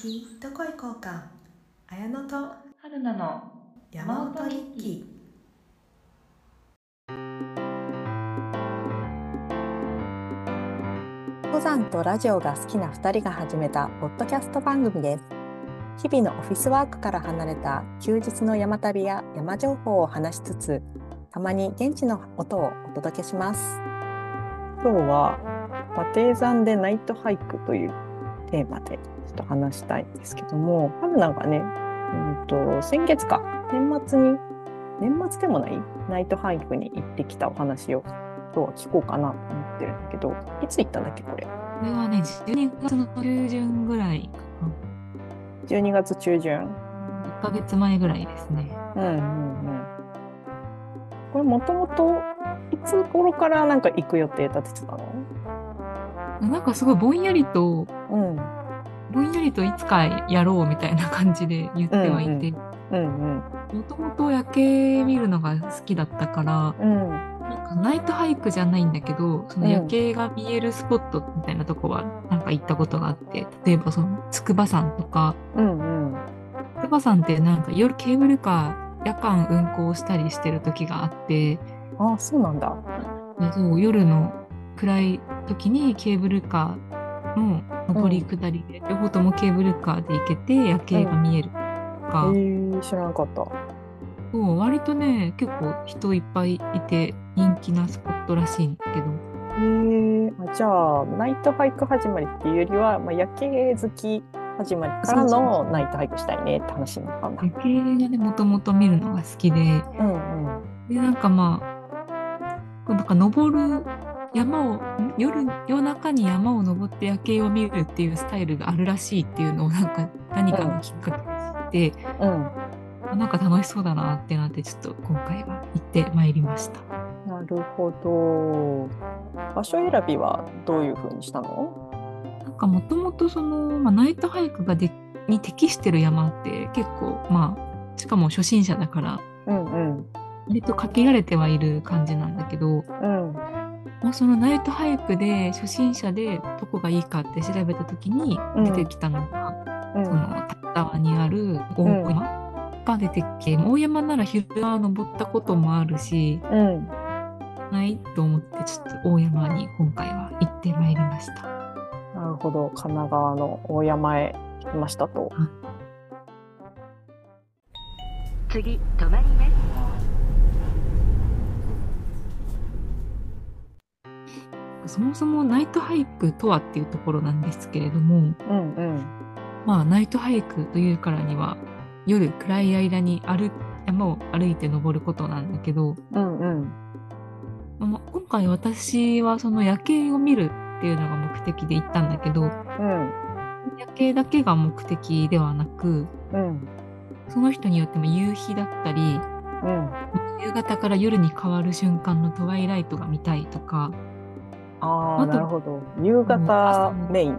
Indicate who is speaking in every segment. Speaker 1: きっと恋交換綾乃と
Speaker 2: 春菜の
Speaker 1: 山本日記
Speaker 3: 登山とラジオが好きな2人が始めたポッドキャスト番組です日々のオフィスワークから離れた休日の山旅や山情報を話しつつたまに現地の音をお届けします今日は馬蹄山でナイトハイクというテーマでちょっと話したいんですけどもハルナがね、うん、と先月か年末に年末でもないナイトハイクに行ってきたお話を今日は聞こうかなと思ってるんだけどいつ行ったんだっけこれ
Speaker 2: これはね、12月の中旬ぐらいか
Speaker 3: 12月中旬
Speaker 2: な。1ヶ月前ぐらいですね。
Speaker 3: うんうんうんこれもともといつ頃からなんか行く予定立ててたの
Speaker 2: なんかすごいぼんやりと、
Speaker 3: うん
Speaker 2: ぼんやりといつかやろうみたいな感じで言ってはいて、
Speaker 3: うん
Speaker 2: もともと夜景見るのが好きだったから、
Speaker 3: うんうん
Speaker 2: なんかナイトハイクじゃないんだけど、その
Speaker 3: うん
Speaker 2: 夜景が見えるスポットみたいなとこはなんか行ったことがあって、例えばその筑波山とか、
Speaker 3: うんうん
Speaker 2: 筑波山ってなんか夜ケーブルカー夜間運行したりしてる時があって、
Speaker 3: ああそうなんだ
Speaker 2: でそう夜の暗い時にケーブルカーの上り下りで、両方ともケーブルカーで行けて夜景が見えると
Speaker 3: え
Speaker 2: か、
Speaker 3: ー、知らなかった
Speaker 2: そう割とね結構人いっぱいいて人気なスポットらしいんだけど
Speaker 3: へえあじゃあナイトハイク始まりっていうよりは、まあ、夜景好き始まりから
Speaker 2: そうそうそ
Speaker 3: のナイトハイクしたいねって話になったんだ
Speaker 2: 夜景がねもともと見るのが好きで
Speaker 3: うんうん
Speaker 2: でなんかまあこうなんか登る山をん夜夜中に山を登って夜景を見るっていうスタイルがあるらしいっていうのをなんか何かのきっかけで知って。
Speaker 3: うん
Speaker 2: あなんか楽しそうだなってなってちょっと今回は行ってまいりました
Speaker 3: なるほど。場所選びはどういう風にしたの？
Speaker 2: なんかもともとその、まあ、ナイトハイクがでに適してる山って結構まあしかも初心者だから
Speaker 3: うんうん
Speaker 2: 割と限られてはいる感じなんだけど
Speaker 3: うん
Speaker 2: もうそのナイトハイクで初心者でどこがいいかって調べた時に
Speaker 3: うん
Speaker 2: 出てきたのが、
Speaker 3: う
Speaker 2: そ
Speaker 3: ん
Speaker 2: のタワにある大山が出てきて、大山なら昼間登ったこともあるし
Speaker 3: うん。
Speaker 2: ないと思ってちょっと大山に今回は行ってまいりました。
Speaker 3: なるほど。神奈川の大山へ来ましたと。
Speaker 4: 次止まります
Speaker 2: そもそもナイトハイクとはっていうところなんですけれども、
Speaker 3: うんうん
Speaker 2: まあ、ナイトハイクというからには夜暗い間に歩山を歩いて登ることなんだけど、
Speaker 3: うんうん
Speaker 2: まあ、今回私はその夜景を見るっていうのが目的で行ったんだけど
Speaker 3: うん
Speaker 2: 夜景だけが目的ではなく
Speaker 3: うん
Speaker 2: その人によっても夕日だったり
Speaker 3: うん。
Speaker 2: 夕方から夜に変わる瞬間のトワイライトが見たいとか
Speaker 3: ああ
Speaker 2: あと
Speaker 3: なるほど。夕
Speaker 2: あ
Speaker 3: 方
Speaker 2: の朝
Speaker 3: メイン。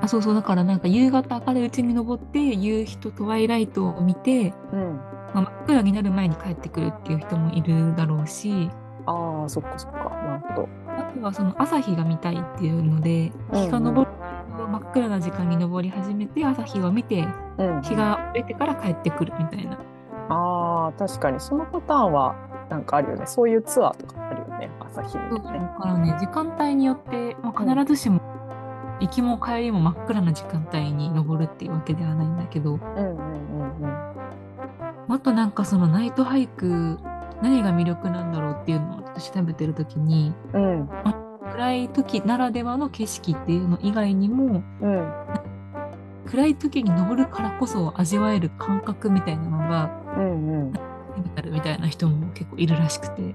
Speaker 2: あそうそうだからなんか夕方からうちに登って夕日とトワイライトを見て
Speaker 3: うん。
Speaker 2: まあ、真っ暗になる前に帰ってくるっていう人もいるだろうし
Speaker 3: ああそっかそっか。なるほど。
Speaker 2: あとはその朝日が見たいっていうので
Speaker 3: うんうん
Speaker 2: 日が昇る真っ暗な時間に登り始めて朝日を見て
Speaker 3: うん。
Speaker 2: 日が出てから帰ってくるみたいな
Speaker 3: ああ確かにそのパターンはなんかあるよね。そういうツアーとかあるよね。朝日
Speaker 2: だ
Speaker 3: に
Speaker 2: か
Speaker 3: ね。
Speaker 2: らね時間帯によって、まあ、必ずしも行きも帰りも真っ暗な時間帯に登るっていうわけではないんだけど
Speaker 3: うんうんうんうん。
Speaker 2: あとなんかそのナイトハイク何が魅力なんだろうっていうのをちょっと調べてる時に
Speaker 3: うん
Speaker 2: 暗い時ならではの景色っていうの以外にも
Speaker 3: うん。
Speaker 2: 暗い時に登るからこそ味わえる感覚みたいなのが
Speaker 3: うんうん。
Speaker 2: 見たるみたいな人も結構いるらしくて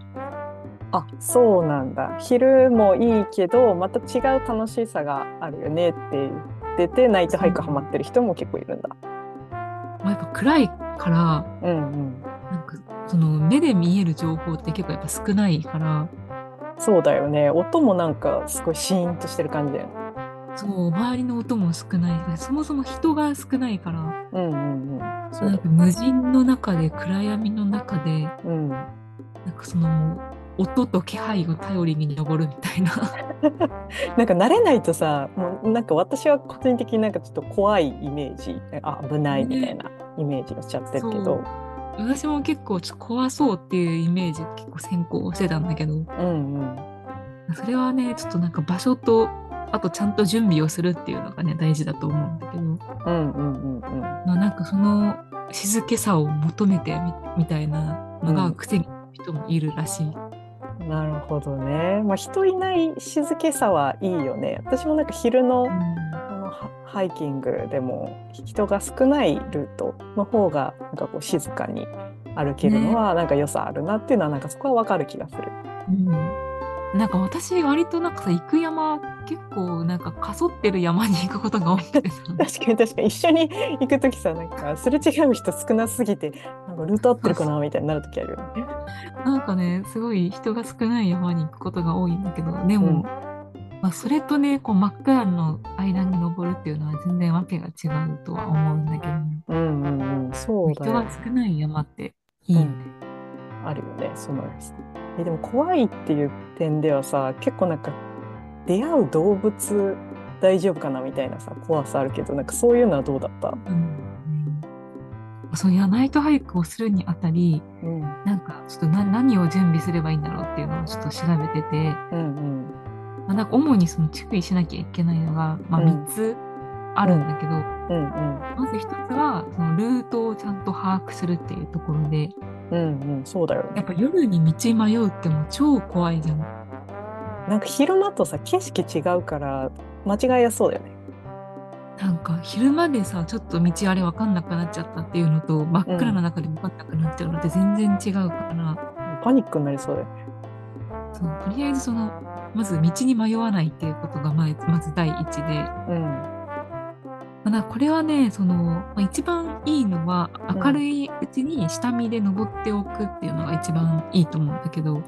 Speaker 3: あそうなんだ昼もいいけどまた違う楽しさがあるよねって言っててナイトハイクハマってる人も結構いるんだ。
Speaker 2: まあやっぱ暗いから
Speaker 3: うんうん、
Speaker 2: なんかその目で見える情報って結構やっぱ少ないから
Speaker 3: そうだよね音もなんかすごいシーンとしてる感じだよね。
Speaker 2: そう周りの音も少ないからそもそも人が少ないから
Speaker 3: うんうんうんそう
Speaker 2: なん
Speaker 3: だ
Speaker 2: か無人の中で暗闇の中で
Speaker 3: うん、
Speaker 2: なんかそのもう音と気配を頼りに登るみたいな
Speaker 3: なんか慣れないとさもうなんか私は個人的になんかちょっと怖いイメージあ危ないみたいなイメージがしちゃってるけ
Speaker 2: そ
Speaker 3: ど
Speaker 2: う私も結構ちょっと怖そうっていうイメージ結構先行してたんだけど
Speaker 3: うんうん
Speaker 2: それはねちょっとなんか場所とあとちゃんと準備をするっていうのがね大事だと思うんだけど、
Speaker 3: うんうんうんうん
Speaker 2: まあ、なんかその静けさを求めてみみたいなの
Speaker 3: う
Speaker 2: が
Speaker 3: ん
Speaker 2: 癖になる人もいるらしい。
Speaker 3: なるほどね。まあ、人いない静けさはいいよね。私もなんか昼のあのハハイキングでも人が少ないルートの方がなんかこう静かに歩けるのはなんか良さあるなっていうのはなんかそこはわかる気がする。
Speaker 2: うんなんか私割となんかさ行く山結構なんかかそってる山に行くことが多くて さ
Speaker 3: 確かに確かに一緒に行く時さなんかすれ違う人少なすぎてなんかルート合ってるかなみたいになる時あるよね。
Speaker 2: なんかねすごい人が少ない山に行くことが多いんだけどでも、
Speaker 3: うん
Speaker 2: まあ、それとねこう真っ暗の間に登るっていうのは全然わけが違うとは思うんだけど、ね、
Speaker 3: うんうんうんそうだ
Speaker 2: 人
Speaker 3: よ
Speaker 2: が
Speaker 3: ね。
Speaker 2: 少ない山っていいよね。
Speaker 3: あるよねそのえでも怖いっていう点ではさ結構なんか出会う動物大丈夫かなみたいなさ怖さあるけどなんかそういうのはどうだった、
Speaker 2: うんそういやナイトハイクをするにあたり
Speaker 3: うん、うん
Speaker 2: なんかちょっとな何を準備すればいいんだろうっていうのをちょっと調べてて、
Speaker 3: うん
Speaker 2: まあ、なんか主にその注意しなきゃいけないのが、まあ、
Speaker 3: う
Speaker 2: 3
Speaker 3: ん
Speaker 2: つあるんだけど、
Speaker 3: うんうん
Speaker 2: まず1つはそのルートをちゃんと把握するっていうところで
Speaker 3: うんうんそうだよ
Speaker 2: やっ
Speaker 3: ね
Speaker 2: ぱ夜に道迷うってもう超怖いじゃん。
Speaker 3: なんか昼間とさ景色違うから間違いやすそうだよね
Speaker 2: なんか昼間でさちょっと道あれ分かんなくなっちゃったっていうのと真っ暗な中で分かんなくなっちゃうのって全然違うから、
Speaker 3: パニックになりそうだよね
Speaker 2: そのとりあえずそのまず道に迷わないっていうことがままず第一で。
Speaker 3: うん
Speaker 2: まあなんかこれはねそのまあ一番いいのは
Speaker 3: ん
Speaker 2: 明るいうちに下見で登っておくっていうのが一番いいと思うんだけど、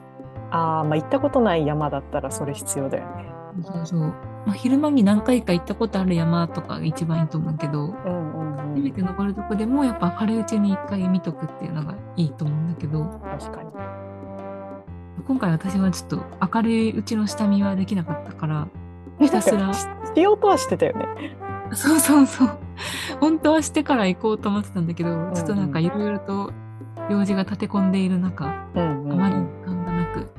Speaker 3: あーまあ行ったことない山だったらそれ必要だよね
Speaker 2: そうそうまあ、昼間に何回か行ったことある山とかが一番いいと思うけど
Speaker 3: うんうんう
Speaker 2: 初め
Speaker 3: ん
Speaker 2: て登るとこでもやっぱ明るいうちに一回見とくっていうのがいいと思うんだけど
Speaker 3: 確かに
Speaker 2: 今回私はちょっと明るいうちの下見はできなかったからひ
Speaker 3: な
Speaker 2: た
Speaker 3: ん
Speaker 2: すら
Speaker 3: かししようとはしてたよね
Speaker 2: そうそうそう本当はしてから行こうと思ってたんだけどちょっとなんか
Speaker 3: うん
Speaker 2: いろいろと用事が立て込んでいる中。
Speaker 3: うんうん
Speaker 2: あ
Speaker 3: うん
Speaker 2: まり時間がなく。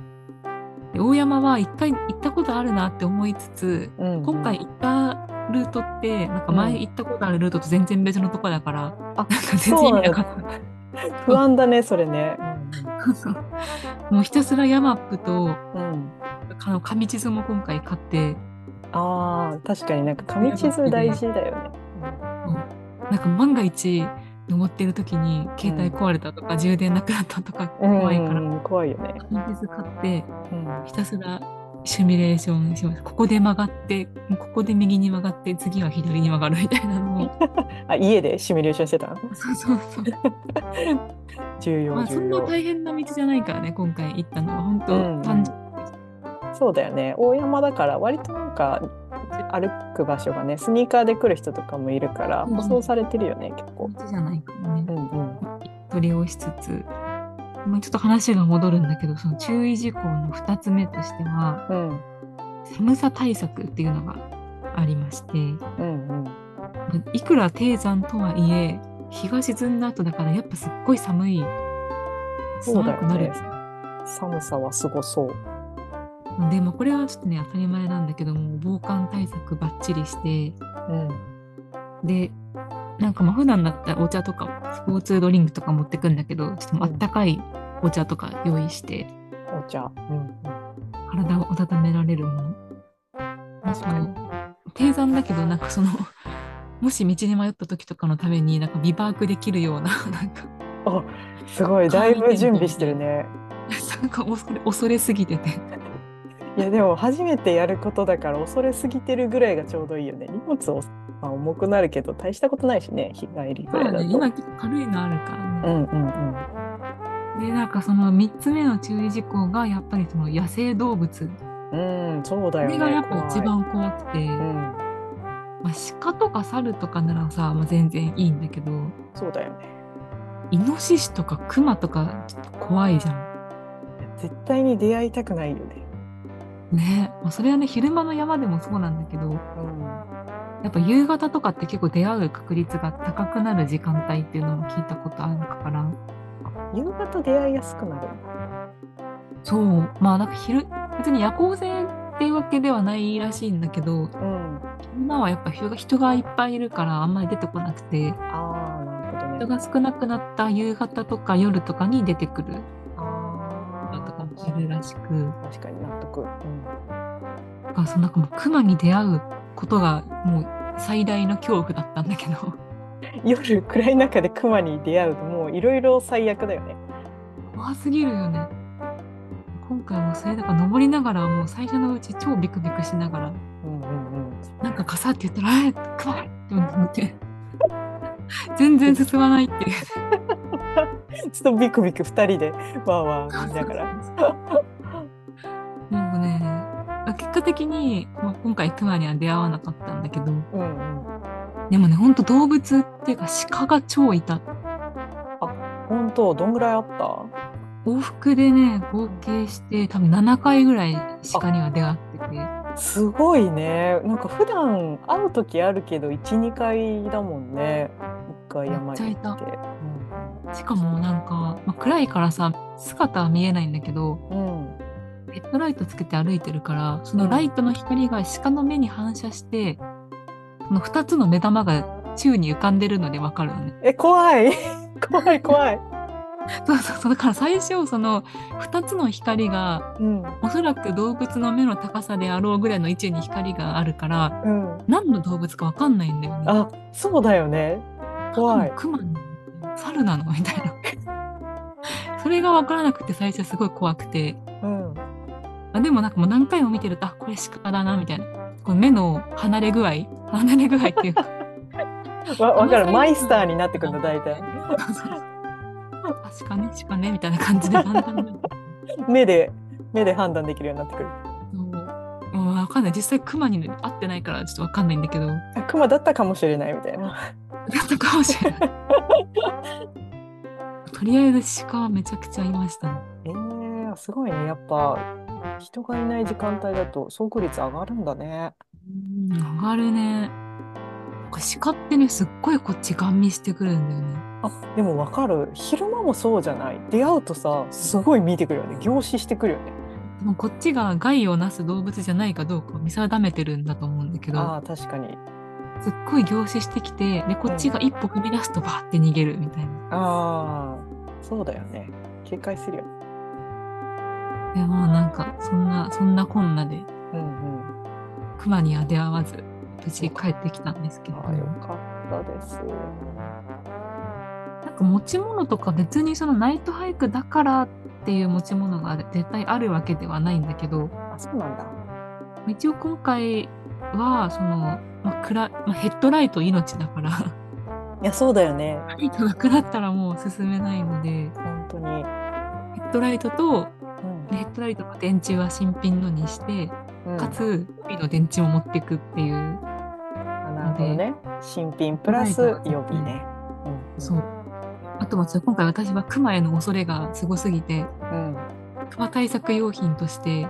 Speaker 2: で大山は一回行ったことあるなって思いつつ、
Speaker 3: うんうん
Speaker 2: 今回行ったルートって、なんか前行ったことあるルートと全然別のとこだから、なんか全然意味なかった。
Speaker 3: 不安だねそれね。
Speaker 2: もうひたすらヤマップと、
Speaker 3: うん、
Speaker 2: あの紙地図も今回買って、
Speaker 3: あー確かになんか紙地図大事だよね。
Speaker 2: なんか万が一登ってる時に携帯壊れたとか、充電なくなったとか
Speaker 3: うん
Speaker 2: 怖いから、
Speaker 3: うん怖いよね。
Speaker 2: 紙地図買って、
Speaker 3: うん
Speaker 2: ひたすらシミュレーションします。ここで曲がって、ここで右に曲がって、次は左に曲がるみたいなの を。
Speaker 3: あ家でシミュレーションしてたの
Speaker 2: そうそうそう。
Speaker 3: 重要
Speaker 2: まあそ
Speaker 3: 重
Speaker 2: んな
Speaker 3: 要、
Speaker 2: 大変な道じゃないからね、今回行ったのは本
Speaker 3: うん
Speaker 2: 当単純。
Speaker 3: そうだよね大山だから割となんか歩く場所がねスニーカーで来る人とかもいるから
Speaker 2: うん
Speaker 3: 舗装されてるよね結構。
Speaker 2: 道じゃないからね
Speaker 3: う。んうん
Speaker 2: 取りをしつつ、まあちょっと話が戻るんだけど、その注意事項の2つ目としては
Speaker 3: うん
Speaker 2: 寒さ対策っていうのがありまして、
Speaker 3: う
Speaker 2: ま
Speaker 3: ん
Speaker 2: あいくら低山とはいえ日が沈んだ後だからやっぱすっごい寒い。
Speaker 3: そうだよね
Speaker 2: 寒くなる
Speaker 3: 寒さはすごそう。
Speaker 2: でもこれはちょっとね当たり前なんだけども防寒対策ばっちりして
Speaker 3: うん
Speaker 2: でなんかまあ普段だったらお茶とかスポーツドリンクとか持ってくんだけどちょっともうあったかいお茶とか用意して
Speaker 3: お茶。うん
Speaker 2: 体を温められるもの。まあその低山だけどなんかそのもし道に迷った時とかのためになんかビバークできるような なんか
Speaker 3: うん、すごいだいぶ準備してるね。
Speaker 2: なんか恐れ恐れすぎてて
Speaker 3: いやでも初めてやることだから恐れすぎてるぐらいがちょうどいいよね荷物を、まあ、重くなるけど大したことないしね日帰りぐ
Speaker 2: ま
Speaker 3: ら
Speaker 2: あ
Speaker 3: いだ
Speaker 2: ね
Speaker 3: と、
Speaker 2: 今結構軽いのあるからね。
Speaker 3: うんうん
Speaker 2: でなんかその3つ目の注意事項がやっぱりその野生動物
Speaker 3: うんうんそう
Speaker 2: こ
Speaker 3: だよね
Speaker 2: れがやっぱ一
Speaker 3: 怖い
Speaker 2: 番怖くて、
Speaker 3: う
Speaker 2: ま
Speaker 3: ん
Speaker 2: あ、鹿とか猿とかならさ、まあ、全然いいんだけど
Speaker 3: そうだよね
Speaker 2: イノシシとかクマとかちょっと怖いじゃん。
Speaker 3: 絶対に出会いたくないよね
Speaker 2: ね、まあ、それはね昼間の山でもそうなんだけど
Speaker 3: うん
Speaker 2: やっぱ夕方とかって結構出会う確率が高くなる時間帯っていうのも聞いたことあるから
Speaker 3: 夕方出会いやすくなる。
Speaker 2: そうまあなんか昼別に夜行性っていうわけではないらしいんだけど
Speaker 3: うん。
Speaker 2: 今はやっぱ人が人がいっぱいいるからあんまり出てこなくて
Speaker 3: ああ、なるほどね。
Speaker 2: 人が少なくなった夕方とか夜とかに出てくる
Speaker 3: あ
Speaker 2: の
Speaker 3: あ。
Speaker 2: とかもいるらしく
Speaker 3: 確かに納得。うん。
Speaker 2: だからそのなんかもう熊に出会うことがもう最大の恐怖だったんだけど。
Speaker 3: 夜暗い中で熊に出会うともういろいろ最悪だよね。
Speaker 2: 怖すぎるよね今回もそれだから登りながらもう最初のうち超ビクビクしながら
Speaker 3: うんうんうん。
Speaker 2: なんか傘って言ったら「えっクマ!」って思って 全然進まないっていう
Speaker 3: ちょっとビクビク二人でわーわー言いながら。
Speaker 2: もうね結果的に、まあ、今回クマには出会わなかったんだけど
Speaker 3: うんうん。
Speaker 2: でもねほんと動物っていうか鹿が超いた
Speaker 3: 本当どんぐらいあった？
Speaker 2: 往復でね合計して多分7回ぐらい鹿には出会ってて。
Speaker 3: すごいね。なんか普段会う時あるけど一二回だもんね。一回山に行って。
Speaker 2: しかもなんか、まあ暗いからさ姿は見えないんだけど
Speaker 3: うん。うん
Speaker 2: ヘッドライトつけて歩いてるからそのライトの光が鹿の目に反射してその2つの目玉が宙に浮かんでるのでわかるのね。
Speaker 3: え怖い 怖い怖い。
Speaker 2: そうそうそうだから最初その2つの光が
Speaker 3: うん
Speaker 2: おそらく動物の目の高さであろうぐらいの位置に光があるから
Speaker 3: うん。
Speaker 2: 何の動物かわかんないんだよね。
Speaker 3: あそうだよね。怖い。
Speaker 2: クマ猿なのみたいな。 それがわからなくて最初すごい怖くて。
Speaker 3: うん。
Speaker 2: あでもなんかもう何回も見てるとあこれ鹿だなみたいなこの目の離れ具合離れ具合っていうか
Speaker 3: わ わかる。マイスターになってくるの大体。
Speaker 2: そうそうあ鹿ね鹿ねみたいな感じでだんだんなんか
Speaker 3: 目で目で判断できるようになってくる。
Speaker 2: そうもうわかんない実際クマに会ってないからちょっとわかんないんだけどだ
Speaker 3: あクマだったかもしれないみたいな。
Speaker 2: ったかもしれない とりあえず鹿はめちゃくちゃいましたね
Speaker 3: えー、すごいね。やっぱ人がいない時間帯だと遭遇率上がるんだね。
Speaker 2: うん上がるねなんか鹿ってねすっごいこっちガン見してくるんだよね
Speaker 3: あでもわかる。昼間もそうじゃない。出会うとさすごい見てくるよね。凝視してくるよね。
Speaker 2: でもこっちが害をなす動物じゃないかどうかを見定めてるんだと思うんだけど
Speaker 3: ああ確かに。
Speaker 2: すっごい凝視してきてでこっちが一歩踏み出すとバーって逃げるみたいな。
Speaker 3: ああそうだよね。警戒するよね。
Speaker 2: でもなんかそんなそんなこんなで
Speaker 3: うんうん。
Speaker 2: クマには出会わず無事帰ってきたんですけど
Speaker 3: ああよ
Speaker 2: な
Speaker 3: かったです。
Speaker 2: んか持ち物とか別にそのナイトハイクだからっていう持ち物が絶対あるわけではないんだけど
Speaker 3: あそうなんだ。
Speaker 2: 一応今回はその、まあ暗いまあヘッドライト命だから
Speaker 3: いやそうだよね。
Speaker 2: ライトなくなったらもう進めないので
Speaker 3: 本当に。
Speaker 2: ヘッドライトと
Speaker 3: うん
Speaker 2: ヘッドライトの電池は新品のにして
Speaker 3: うん
Speaker 2: かつ予備の電池も持っていくっていう、
Speaker 3: あなるほどね。新品プラス予備ね。ん
Speaker 2: そう。あとはちょっと今回私はクマへの恐れがすごすぎて
Speaker 3: うん。
Speaker 2: クマ対策用品として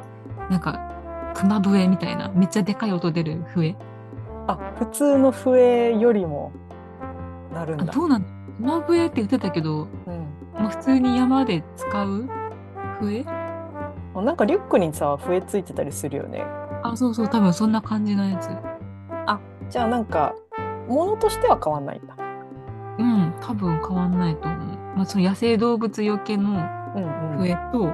Speaker 2: なんかクマ笛みたいなめっちゃでかい音出る笛
Speaker 3: あ、普通の笛よりもなるん
Speaker 2: あ
Speaker 3: だ。
Speaker 2: どうなのクマ笛って言ってたけど、
Speaker 3: うん。
Speaker 2: まあ、普通に山で使う笛
Speaker 3: なんかリュックにさ、笛ついてたりするよね。
Speaker 2: あそうそう多分そんな感じのやつ
Speaker 3: じゃあなんか物としては変わんないんだ。
Speaker 2: うん多分変わんないと思う、まあ、その野生動物よけの
Speaker 3: うんうん。
Speaker 2: 笛と、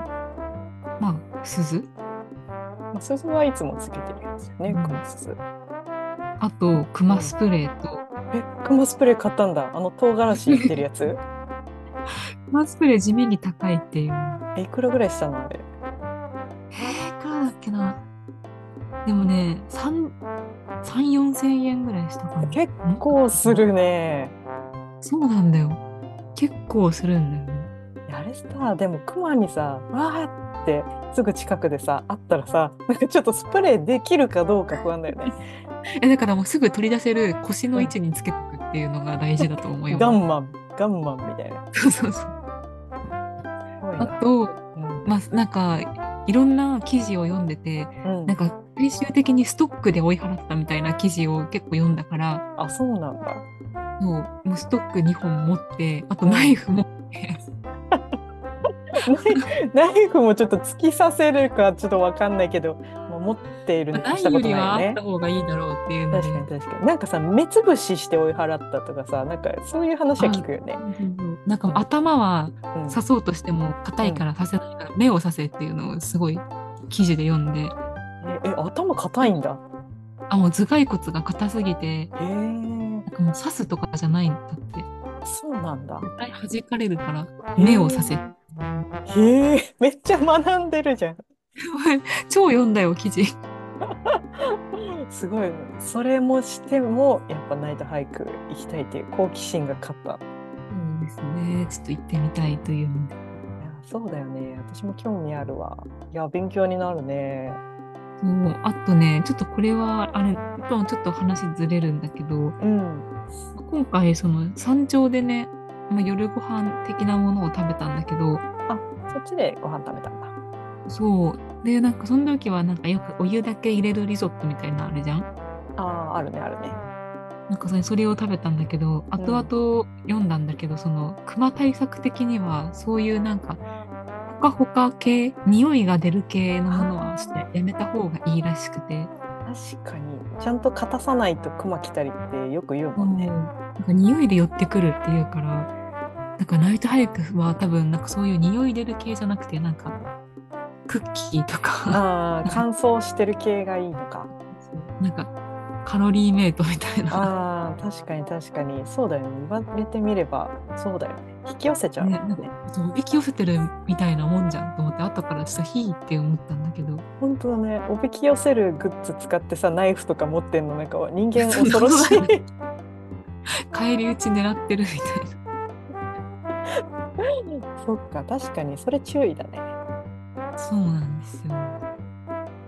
Speaker 2: まあ鈴
Speaker 3: まあ鈴はいつもつけてるやつよね。
Speaker 2: うん
Speaker 3: 熊鈴。
Speaker 2: あとクマスプレーと
Speaker 3: え、熊スプレー買ったんだ。あの唐辛子売ってる やつ。
Speaker 2: クマスプレー地面に高いっていう
Speaker 3: え、いくらぐらいしたのあれ。
Speaker 2: えー、いくらだっけなでもね3 3 4千円ぐらいしたかな
Speaker 3: 結構するね。
Speaker 2: そうなんだよ結構するんだよね
Speaker 3: いやあれさでもクマにさわーってすぐ近くでさあったらさなんかちょっとスプレーできるかどうか不安だよね
Speaker 2: えだからもうすぐ取り出せる腰の位置につけてくっていうのが大事だと思い
Speaker 3: ガ
Speaker 2: ま
Speaker 3: ンマンガンマンみたいな
Speaker 2: すそうそうそう
Speaker 3: すごい
Speaker 2: あ
Speaker 3: な、
Speaker 2: と
Speaker 3: うん
Speaker 2: まあなんかいろんな記事を読んでて
Speaker 3: うん
Speaker 2: なんか最終的にストックで追い払ったみたいな記事を結構読んだから
Speaker 3: あそうなんだ
Speaker 2: もうもうストック2本持ってあとナイフ持って
Speaker 3: ナイナイフもちょっと突き刺せるかちょっとわかんないけど、まあ、持っているに
Speaker 2: ナ
Speaker 3: 越
Speaker 2: イ
Speaker 3: し
Speaker 2: フ
Speaker 3: た
Speaker 2: よ
Speaker 3: こと
Speaker 2: りは
Speaker 3: ない
Speaker 2: あ
Speaker 3: よ
Speaker 2: っ
Speaker 3: ね
Speaker 2: た。方がいいだろうっていうので
Speaker 3: 確かに確かになんかさ目つぶしして追い払ったとかさなんかそういう話は聞くよね。
Speaker 2: なんか頭は
Speaker 3: うん
Speaker 2: 刺そうとしても硬いから刺せないから目を刺せっていうのをすごい記事で読んで
Speaker 3: ええ頭硬いんだ。
Speaker 2: あもう頭蓋骨が硬すぎて
Speaker 3: へえ
Speaker 2: なんかもう刺すとかじゃないんだって
Speaker 3: そうなんだ。
Speaker 2: 絶対弾かれるから目を刺せ
Speaker 3: へえめっちゃ学んでるじゃん。
Speaker 2: 超読んだよ記事
Speaker 3: すごいそれもしてもやっぱナイトハイク行きたいっていう好奇心が勝っ
Speaker 2: そ
Speaker 3: た。
Speaker 2: うですねちょっと行ってみたいというので
Speaker 3: いやそうだよね私も興味あるわ。いや勉強になるね。
Speaker 2: そうあとねちょっとこれはあれとちょっと話ずれるんだけど
Speaker 3: うん
Speaker 2: 今回その山頂でね、まあ、夜ご飯的なものを食べたんだけど
Speaker 3: そっちでご飯食べたんだ。
Speaker 2: そうでなんかその時はなんかよくお湯だけ入れるリゾットみたいなのあるじゃん
Speaker 3: あああるねあるね。
Speaker 2: なんかそれそれを食べたんだけど後々読んだんだけど、その熊対策的にはそういうなんかほかほか系匂いが出る系のものはちょっとやめた方がいいらしくて、
Speaker 3: 確かにちゃんと勝たさないとクマ来たりってよく言うもんね。
Speaker 2: なんか匂いで寄ってくるっていうからなんかナイトハイクは多分なんかそういう匂い出る系じゃなくてなんかクッキーとか
Speaker 3: ああ乾燥してる系がいいのか。
Speaker 2: なんかカロリーメイトみたいな。
Speaker 3: ああ確かに確かにそうだよね言われてみればそうだよね引き寄せちゃう
Speaker 2: ね、
Speaker 3: も
Speaker 2: なんか
Speaker 3: んね。
Speaker 2: おびき寄せてるみたいなもんじゃんと思って後からちょっと「ひ」って思ったんだけど
Speaker 3: 本当だねおびき寄せるグッズ使ってさナイフとか持ってんのなんか人間
Speaker 2: そう
Speaker 3: 恐ろ しい
Speaker 2: そう。 帰り討ち狙ってるみたい
Speaker 3: そっか確かにそれ注意だね。
Speaker 2: なそうなんですよ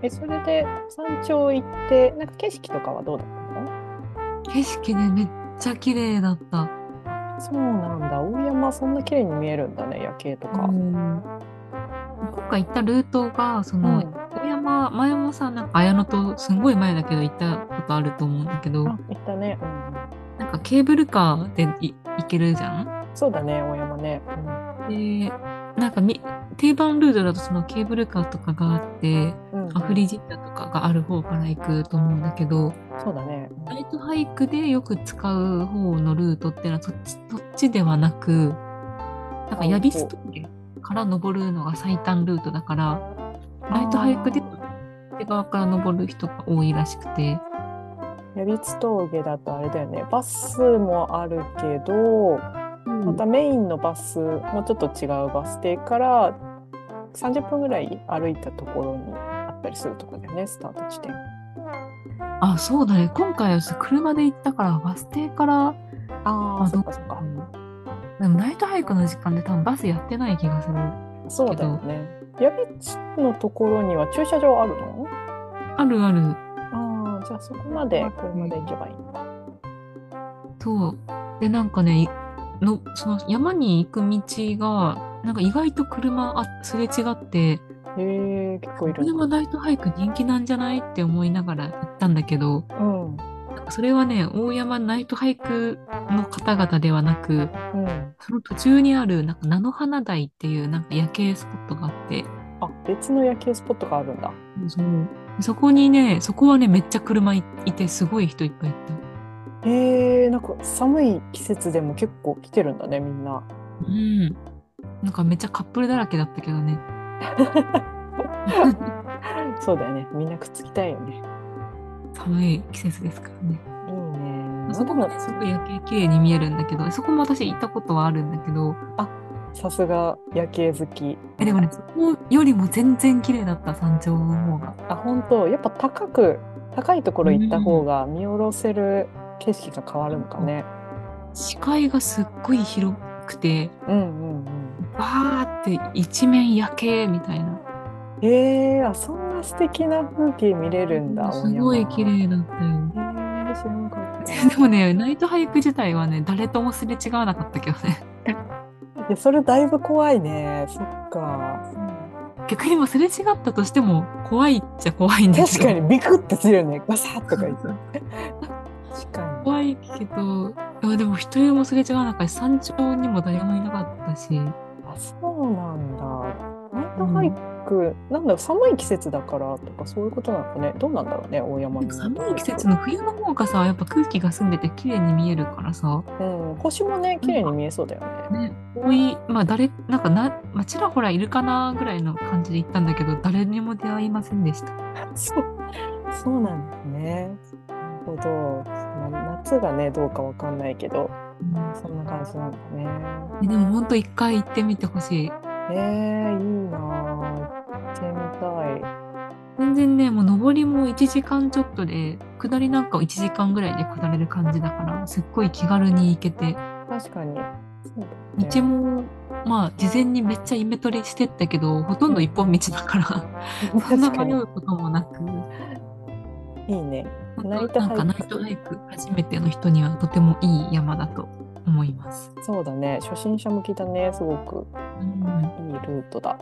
Speaker 3: えそれで山頂行ってなんか景色とかはどうだったの？
Speaker 2: 景色ねめっちゃ綺麗だった
Speaker 3: そうなんだ大山そんな綺麗に見えるんだね夜景とか。
Speaker 2: うん今回行ったルートがその、
Speaker 3: あ
Speaker 2: 大山前もさなんか綾野とすんごい前だけど行ったことあると思うんだけど
Speaker 3: 行ったね。うん
Speaker 2: なんかケーブルカーでい行けるじゃん
Speaker 3: そうだね、大山ね。
Speaker 2: でなんかみ定番ルートだとそのケーブルカーとかがあって
Speaker 3: うん。うん
Speaker 2: 阿夫利神社とかがある方から行くと思うんだけど
Speaker 3: そうだね。
Speaker 2: ナイトハイクでよく使う方のルートっていうのはそっちそっちではなくなんか
Speaker 3: あ
Speaker 2: ヤビス峠から登るのが最短ルートだからナイトハイクで手側から登る人が多いらしくて
Speaker 3: 八ツ峠だとあれだよね。バスもあるけど、またメインのバス、もうちょっと違うバス停から30分ぐらい歩いたところにあったりするとこだよね、スタート地点。
Speaker 2: あそうだね今回は車で行ったからバス停から
Speaker 3: あ
Speaker 2: あ
Speaker 3: あ、そっかそっか。
Speaker 2: でもナイトハイクの時間で多分バスやってない気がする
Speaker 3: そうだよね。八ツのところには駐車場あるの
Speaker 2: あるある
Speaker 3: ああ、じゃあそこまで車で行けばいいのか。
Speaker 2: そうでなんかねいのその山に行く道がなんか意外と車あすれ違って
Speaker 3: へえ、結構い
Speaker 2: これ
Speaker 3: る
Speaker 2: も
Speaker 3: な。
Speaker 2: ナイトハイク人気なんじゃないって思いながら行ったんだけど
Speaker 3: うん。
Speaker 2: なんかそれはね大山ナイトハイクの方々ではなく
Speaker 3: うん。
Speaker 2: その途中にあるなんか菜の花台っていうなんか夜景スポットがあって
Speaker 3: あ、別の夜景スポットがあるんだ。
Speaker 2: そうそこにねそこはねめっちゃ車いいてすごい人いっぱいいた。
Speaker 3: へえー、なんか寒い季節でも結構来てるんだねみんな。
Speaker 2: うんなんかめっちゃカップルだらけだったけどね。
Speaker 3: そうだよねみんなくっつきたいよね。いい
Speaker 2: 寒い季節ですからね。
Speaker 3: ね。
Speaker 2: そこもすごい夜景綺麗に見えるんだけど、そこも私行ったことはあるんだけど、
Speaker 3: さすが夜景好き。
Speaker 2: えでもね、そこよりも全然綺麗だった山頂の方が。
Speaker 3: あ本当やっぱ高く高いところ行った方が見下ろせる景色が変わるのかね。
Speaker 2: 視界がすっごい広くて、
Speaker 3: うんうんうん。
Speaker 2: バーって一面夜景みたいな。
Speaker 3: へえー、あそんな素敵な風景見れるんだ。
Speaker 2: すごい綺
Speaker 3: へ
Speaker 2: 麗だったよ。
Speaker 3: えー、知らなかっ た。
Speaker 2: でもね、ナイトハイク自体はね、誰ともすれ違わなかったけどね。
Speaker 3: いやそれだいぶ怖いね。そっか。
Speaker 2: 逆にもうすれ違ったとしても怖いっちゃ怖いんです
Speaker 3: 確
Speaker 2: よ
Speaker 3: かにビクッてするよねガサッとか言って
Speaker 2: そう
Speaker 3: 確か
Speaker 2: 怖いけどいやでも一人もすれ違わなかったし山頂にも誰もいなかったし
Speaker 3: にあそうなんだナイトハイク、なんだろう寒い季節だからとかそういうことなんだねどうなんだろうね大山の
Speaker 2: 寒い季節の冬の方がさやっぱ空気が澄んでて綺麗に見えるからさ、
Speaker 3: うん、星もね綺麗に見えそうだよね、
Speaker 2: ね、多いまあ誰なんかな、まあ、ちらほらいるかなぐらいの感じで行ったんだけど誰にも出会いませんでした
Speaker 3: そう、そうなんですね。なるほど。まあ夏がね、どうかわかんないけど、そんな感じなんだね。
Speaker 2: えでもほんと一回行ってみてほしい
Speaker 3: えー、いいなぁ。行ってみたい。
Speaker 2: 全然ねもう上りも1時間ちょっとで下りなんかを1時間ぐらいで下れる感じだからすっごい気軽に行けて
Speaker 3: 確かに。そうだね
Speaker 2: 道も、まあ事前にめっちゃイメトレしてったけどほとんど一本道だからそんな
Speaker 3: 確か
Speaker 2: 迷
Speaker 3: に。
Speaker 2: うこともなく
Speaker 3: いいね。ナ
Speaker 2: な
Speaker 3: イ
Speaker 2: ん
Speaker 3: トハイク
Speaker 2: かナイトハイク初めての人にはとてもいい山だと思います。
Speaker 3: そうだね。初心者向きだね。すごく
Speaker 2: うん
Speaker 3: いいルートだ。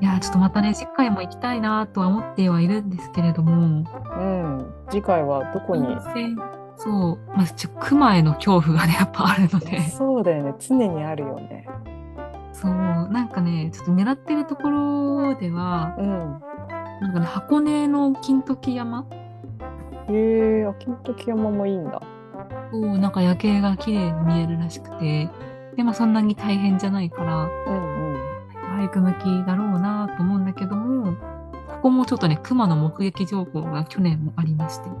Speaker 2: いやーちょっとまたね次回も行きたいなとは思ってはいるんですけれども
Speaker 3: うん。次回はどこに
Speaker 2: 温泉そう、まあ、ちょ熊への恐怖がねやっぱあるので
Speaker 3: そうだよね。常にあるよね。
Speaker 2: そうなんかねちょっと狙ってるところでは
Speaker 3: うん。
Speaker 2: なんか、ね、箱根の金時山
Speaker 3: へえー、秋元山もいいんだ。
Speaker 2: をなんか夜景が綺麗に見えるらしくてで、まあ、そんなに大変じゃないから
Speaker 3: うんうん。
Speaker 2: 俳句向きだろうなと思うんだけどもここもちょっとね熊の目撃情報が去年もありまして
Speaker 3: い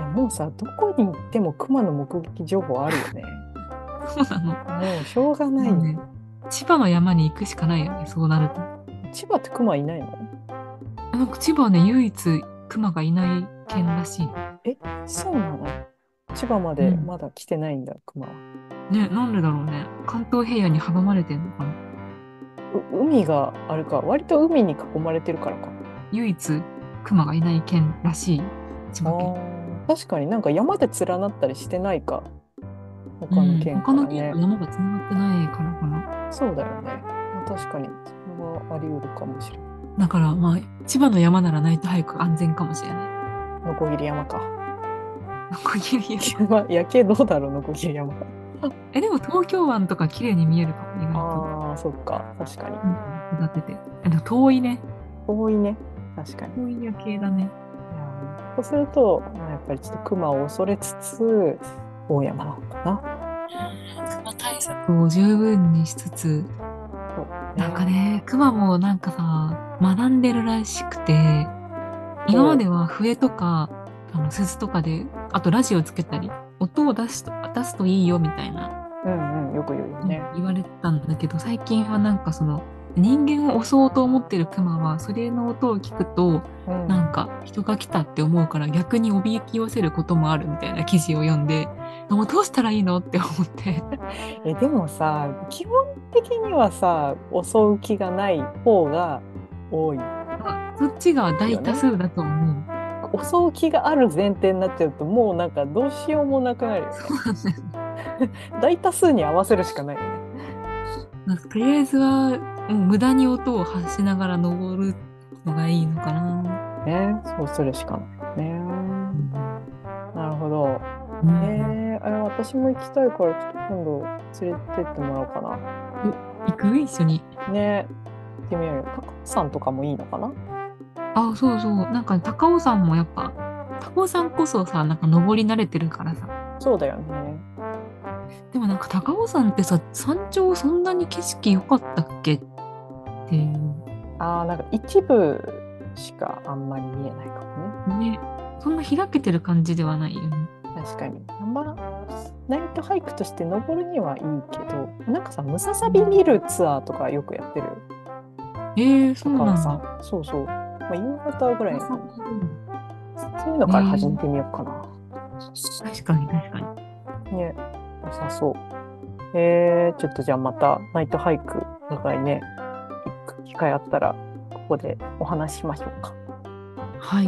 Speaker 3: やもうさどこに行っても熊の目撃情報あるよね。
Speaker 2: そうなの、
Speaker 3: もうしょうがない
Speaker 2: もう
Speaker 3: ね。
Speaker 2: ね千葉の山に行くしかないよねそうなると
Speaker 3: 千葉って熊いないの？
Speaker 2: なんか千葉はね唯一熊がいない県らしい
Speaker 3: そうなの。千葉まで
Speaker 2: うん
Speaker 3: まだ来てないんだ、熊は。
Speaker 2: ねなんでだろうね関東平野に阻まれてんのかな
Speaker 3: う海があるか割と海に囲まれてるからか。
Speaker 2: 唯一熊がいない県らしい千
Speaker 3: あ
Speaker 2: 葉県。
Speaker 3: ー確かになんか山で連なったりしてないか。他
Speaker 2: う
Speaker 3: の
Speaker 2: ん
Speaker 3: 県か
Speaker 2: 他
Speaker 3: ら
Speaker 2: の県
Speaker 3: ね
Speaker 2: と。山がつながってないからかな。
Speaker 3: そうだよね。まあ確かにそれはあり得るかもしれない。
Speaker 2: だからまあ千葉の山ならないと早く安全かもしれない。
Speaker 3: のこぎり山か。
Speaker 2: ノコギリ 山
Speaker 3: 夜景どうだろうのこぎり山。
Speaker 2: えでも東京湾とか綺麗に見えるかも意外と。
Speaker 3: あ あそっか確かに
Speaker 2: うん、下ってて。えでも遠いね。
Speaker 3: 多いね確かに。
Speaker 2: 遠い夜景だね。
Speaker 3: いやーそうすると、まあ、やっぱりちょっと熊を恐れつつ大山なのかな。
Speaker 2: 熊対策を十分にしつつ、なんかね熊もなんかさ学んでるらしくて今までは笛とかあの鈴とかであとラジオつけたり音を出すと出すといいよみたいな
Speaker 3: うんうんよく言うよね。
Speaker 2: 言われてたんだけど最近はなんかその人間を襲おうと思ってるクマはそれの音を聞くと
Speaker 3: うん、
Speaker 2: なんか人が来たって思うから逆に怯き寄せることもあるみたいな記事を読んでもうどうしたらいいのって思って
Speaker 3: えでもさ基本的にはさ襲う気がない方が多い。
Speaker 2: そっちが大多数だと思う。
Speaker 3: 襲う気がある前提になっちゃうともうなんかどうしようもなくなるよね。
Speaker 2: そうなんだよ
Speaker 3: 大多数に合わせるしかないよね。
Speaker 2: なんかとりあえずは、うん、無駄に音を発しながら登るのがいいのかな。
Speaker 3: ねそうするしかないね。なるほど。
Speaker 2: う
Speaker 3: え
Speaker 2: ん
Speaker 3: ー、あれ私も行きたいからちょっと今度連れてってもらおうかな。
Speaker 2: 行く一緒に。
Speaker 3: ね行ってみようよ。高尾山とかもいいのかな
Speaker 2: あそうそうなんか高尾山もやっぱ高尾山こそさなんか登り慣れてるからさ
Speaker 3: そうだよね。
Speaker 2: でもなんか高尾山ってさ山頂そんなに景色良かったっけっていう
Speaker 3: ああ、なんか一部しかあんまり見えないかも
Speaker 2: ねそんな開けてる感じではないよね。
Speaker 3: ね。確かに。あんまナイトハイクとして登るにはいいけど、なんかさ、ムササビ見るツアーとかよくやってるよ。
Speaker 2: えー、そう
Speaker 3: 高
Speaker 2: な
Speaker 3: 尾
Speaker 2: んだ。
Speaker 3: 山。そうそう。まあ、夕方ぐらいに、そう
Speaker 2: うん
Speaker 3: いうのから始めてみようかな。
Speaker 2: 確かに確かに。
Speaker 3: ね、良さそう。えー、ちょっとじゃあまたナイトハイク、お互いね、行く機会あったら、ここでお話ししましょうか。
Speaker 2: はい。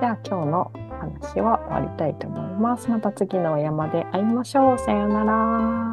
Speaker 3: では今日の話は終わりたいと思います。また次のお山で会いましょう。さようなら。